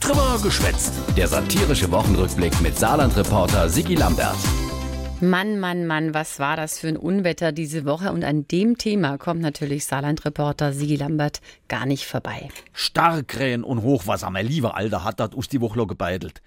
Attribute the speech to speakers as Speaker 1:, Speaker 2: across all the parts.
Speaker 1: Drüber geschwätzt. Der satirische Wochenrückblick mit Saarland-Reporter Sigi Lambert.
Speaker 2: Mann, Mann, Mann, was war das für ein Unwetter diese Woche? Und an dem Thema kommt natürlich Saarland-Reporter Sigi Lambert gar nicht vorbei.
Speaker 3: Starkrähen und Hochwasser, mein lieber Alter, hat das us die Woche gebeitelt.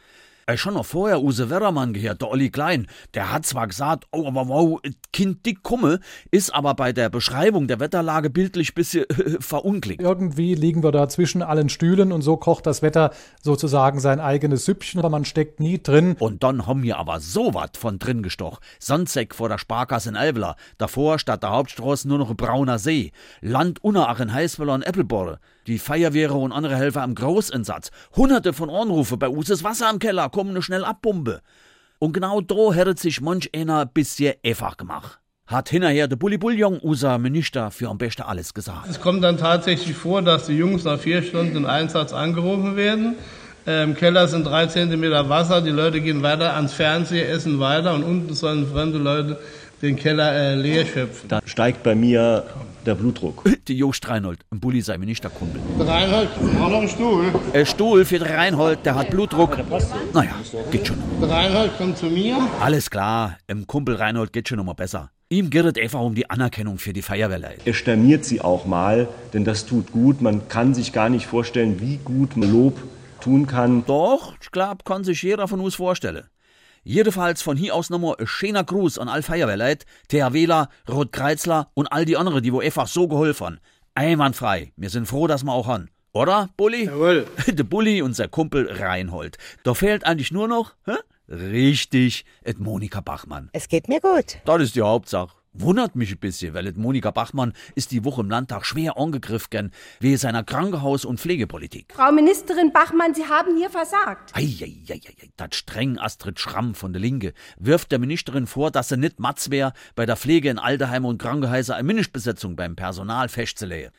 Speaker 3: Äh, schon noch vorher Use Wettermann gehört, der Olli Klein. Der hat zwar gesagt, oh, aber wow, et Kind dick komme, ist aber bei der Beschreibung der Wetterlage bildlich bisschen verunglückt.
Speaker 4: Irgendwie liegen wir da zwischen allen Stühlen und so kocht das Wetter sozusagen sein eigenes Süppchen, aber man steckt nie drin.
Speaker 3: Und dann haben wir aber so was von drin gestoch. Sonntag vor der Sparkasse in Elvela, davor statt der Hauptstraße nur noch ein brauner See. Land Unnerachn, Heißweiler und Eppelborre. Die Feuerwehre und andere Helfer am Großeinsatz. Hunderte von Ohrenrufe bei Uses Wasser im Keller, komm ne schnell abbombe. Und genau do hätte sich manch einer bisschen einfach gemacht. Hat hinterher der Bulli Bullion, unser Minister, für am besten alles gesagt.
Speaker 5: Es kommt dann tatsächlich vor, dass die Jungs nach vier Stunden im Einsatz angerufen werden. Äh, Im Keller sind drei Zentimeter Wasser, die Leute gehen weiter ans Fernseher, essen weiter und unten sollen fremde Leute den Keller äh, leer schöpfen.
Speaker 6: Da steigt bei mir der Blutdruck.
Speaker 3: Die Jost Reinhold, ein Bulli sei mir nicht der Kumpel.
Speaker 5: Reinhold, auch noch einen Stuhl.
Speaker 3: Ein Stuhl für den Reinhold, der hat Blutdruck. Naja, geht schon.
Speaker 5: Reinhold, komm zu mir.
Speaker 3: Alles klar, im Kumpel Reinhold geht schon immer besser. Ihm geht es einfach um die Anerkennung für die Feuerwehrlei.
Speaker 6: Er storniert sie auch mal, denn das tut gut. Man kann sich gar nicht vorstellen, wie gut man Lob tun kann.
Speaker 3: Doch, ich glaub, kann sich jeder von uns vorstellen. Jedenfalls von hier aus nochmal ein schöner Gruß an all Feuerwehrleute, THWler, Rotkreuzler und all die anderen, die wo einfach so geholfen haben. Einwandfrei. Wir sind froh, dass wir auch haben. Oder, Bulli?
Speaker 5: Jawohl.
Speaker 3: Der Bulli, unser Kumpel Reinhold. Da fehlt eigentlich nur noch, hä? Richtig, et Monika Bachmann.
Speaker 7: Es geht mir gut.
Speaker 3: Das ist die Hauptsache. Wundert mich ein bisschen, weil et Monika Bachmann ist die Woche im Landtag schwer angegriffen, wegen seiner Krankenhaus- und Pflegepolitik.
Speaker 8: Frau Ministerin Bachmann, Sie haben hier versagt.
Speaker 3: Eieieiei, das streng Astrid Schramm von der Linke wirft der Ministerin vor, dass sie nicht Matz wär, bei der Pflege in Altenheim und Krankenhäuser eine Mindestbesetzung beim Personal festzulegen.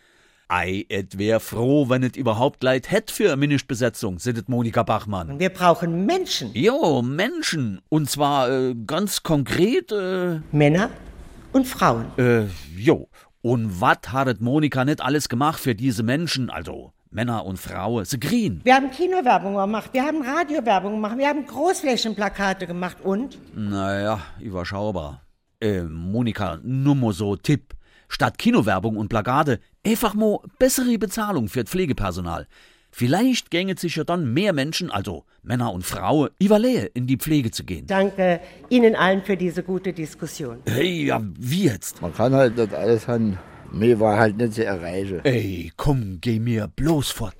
Speaker 3: Ei, et wär froh, wenn et überhaupt Leid hätt für eine Mindestbesetzung, sinnet Monika Bachmann.
Speaker 7: Wir brauchen Menschen,
Speaker 3: Jo, Menschen. Und zwar äh, ganz konkret, äh,
Speaker 7: Männer und Frauen.
Speaker 3: äh, jo. Und wat hat Monika nicht alles gemacht für diese Menschen, also Männer und Frauen, sie green.
Speaker 7: Wir haben Kinowerbung gemacht, wir haben Radiowerbung gemacht, wir haben Großflächenplakate gemacht und
Speaker 3: Naja, überschaubar. Äh, Monika, nur mal so Tipp. Statt Kinowerbung und Plakate, einfach mal bessere Bezahlung für Pflegepersonal. Vielleicht gänget sich ja dann mehr Menschen, also Männer und Frauen, überlehe, in die Pflege zu gehen.
Speaker 7: danke Ihnen allen für diese gute Diskussion.
Speaker 3: Hey, ja, wie jetzt?
Speaker 9: Man kann halt nicht alles haben. Mehr war halt nicht zu erreichen.
Speaker 3: Ey, komm, geh mir bloß fort.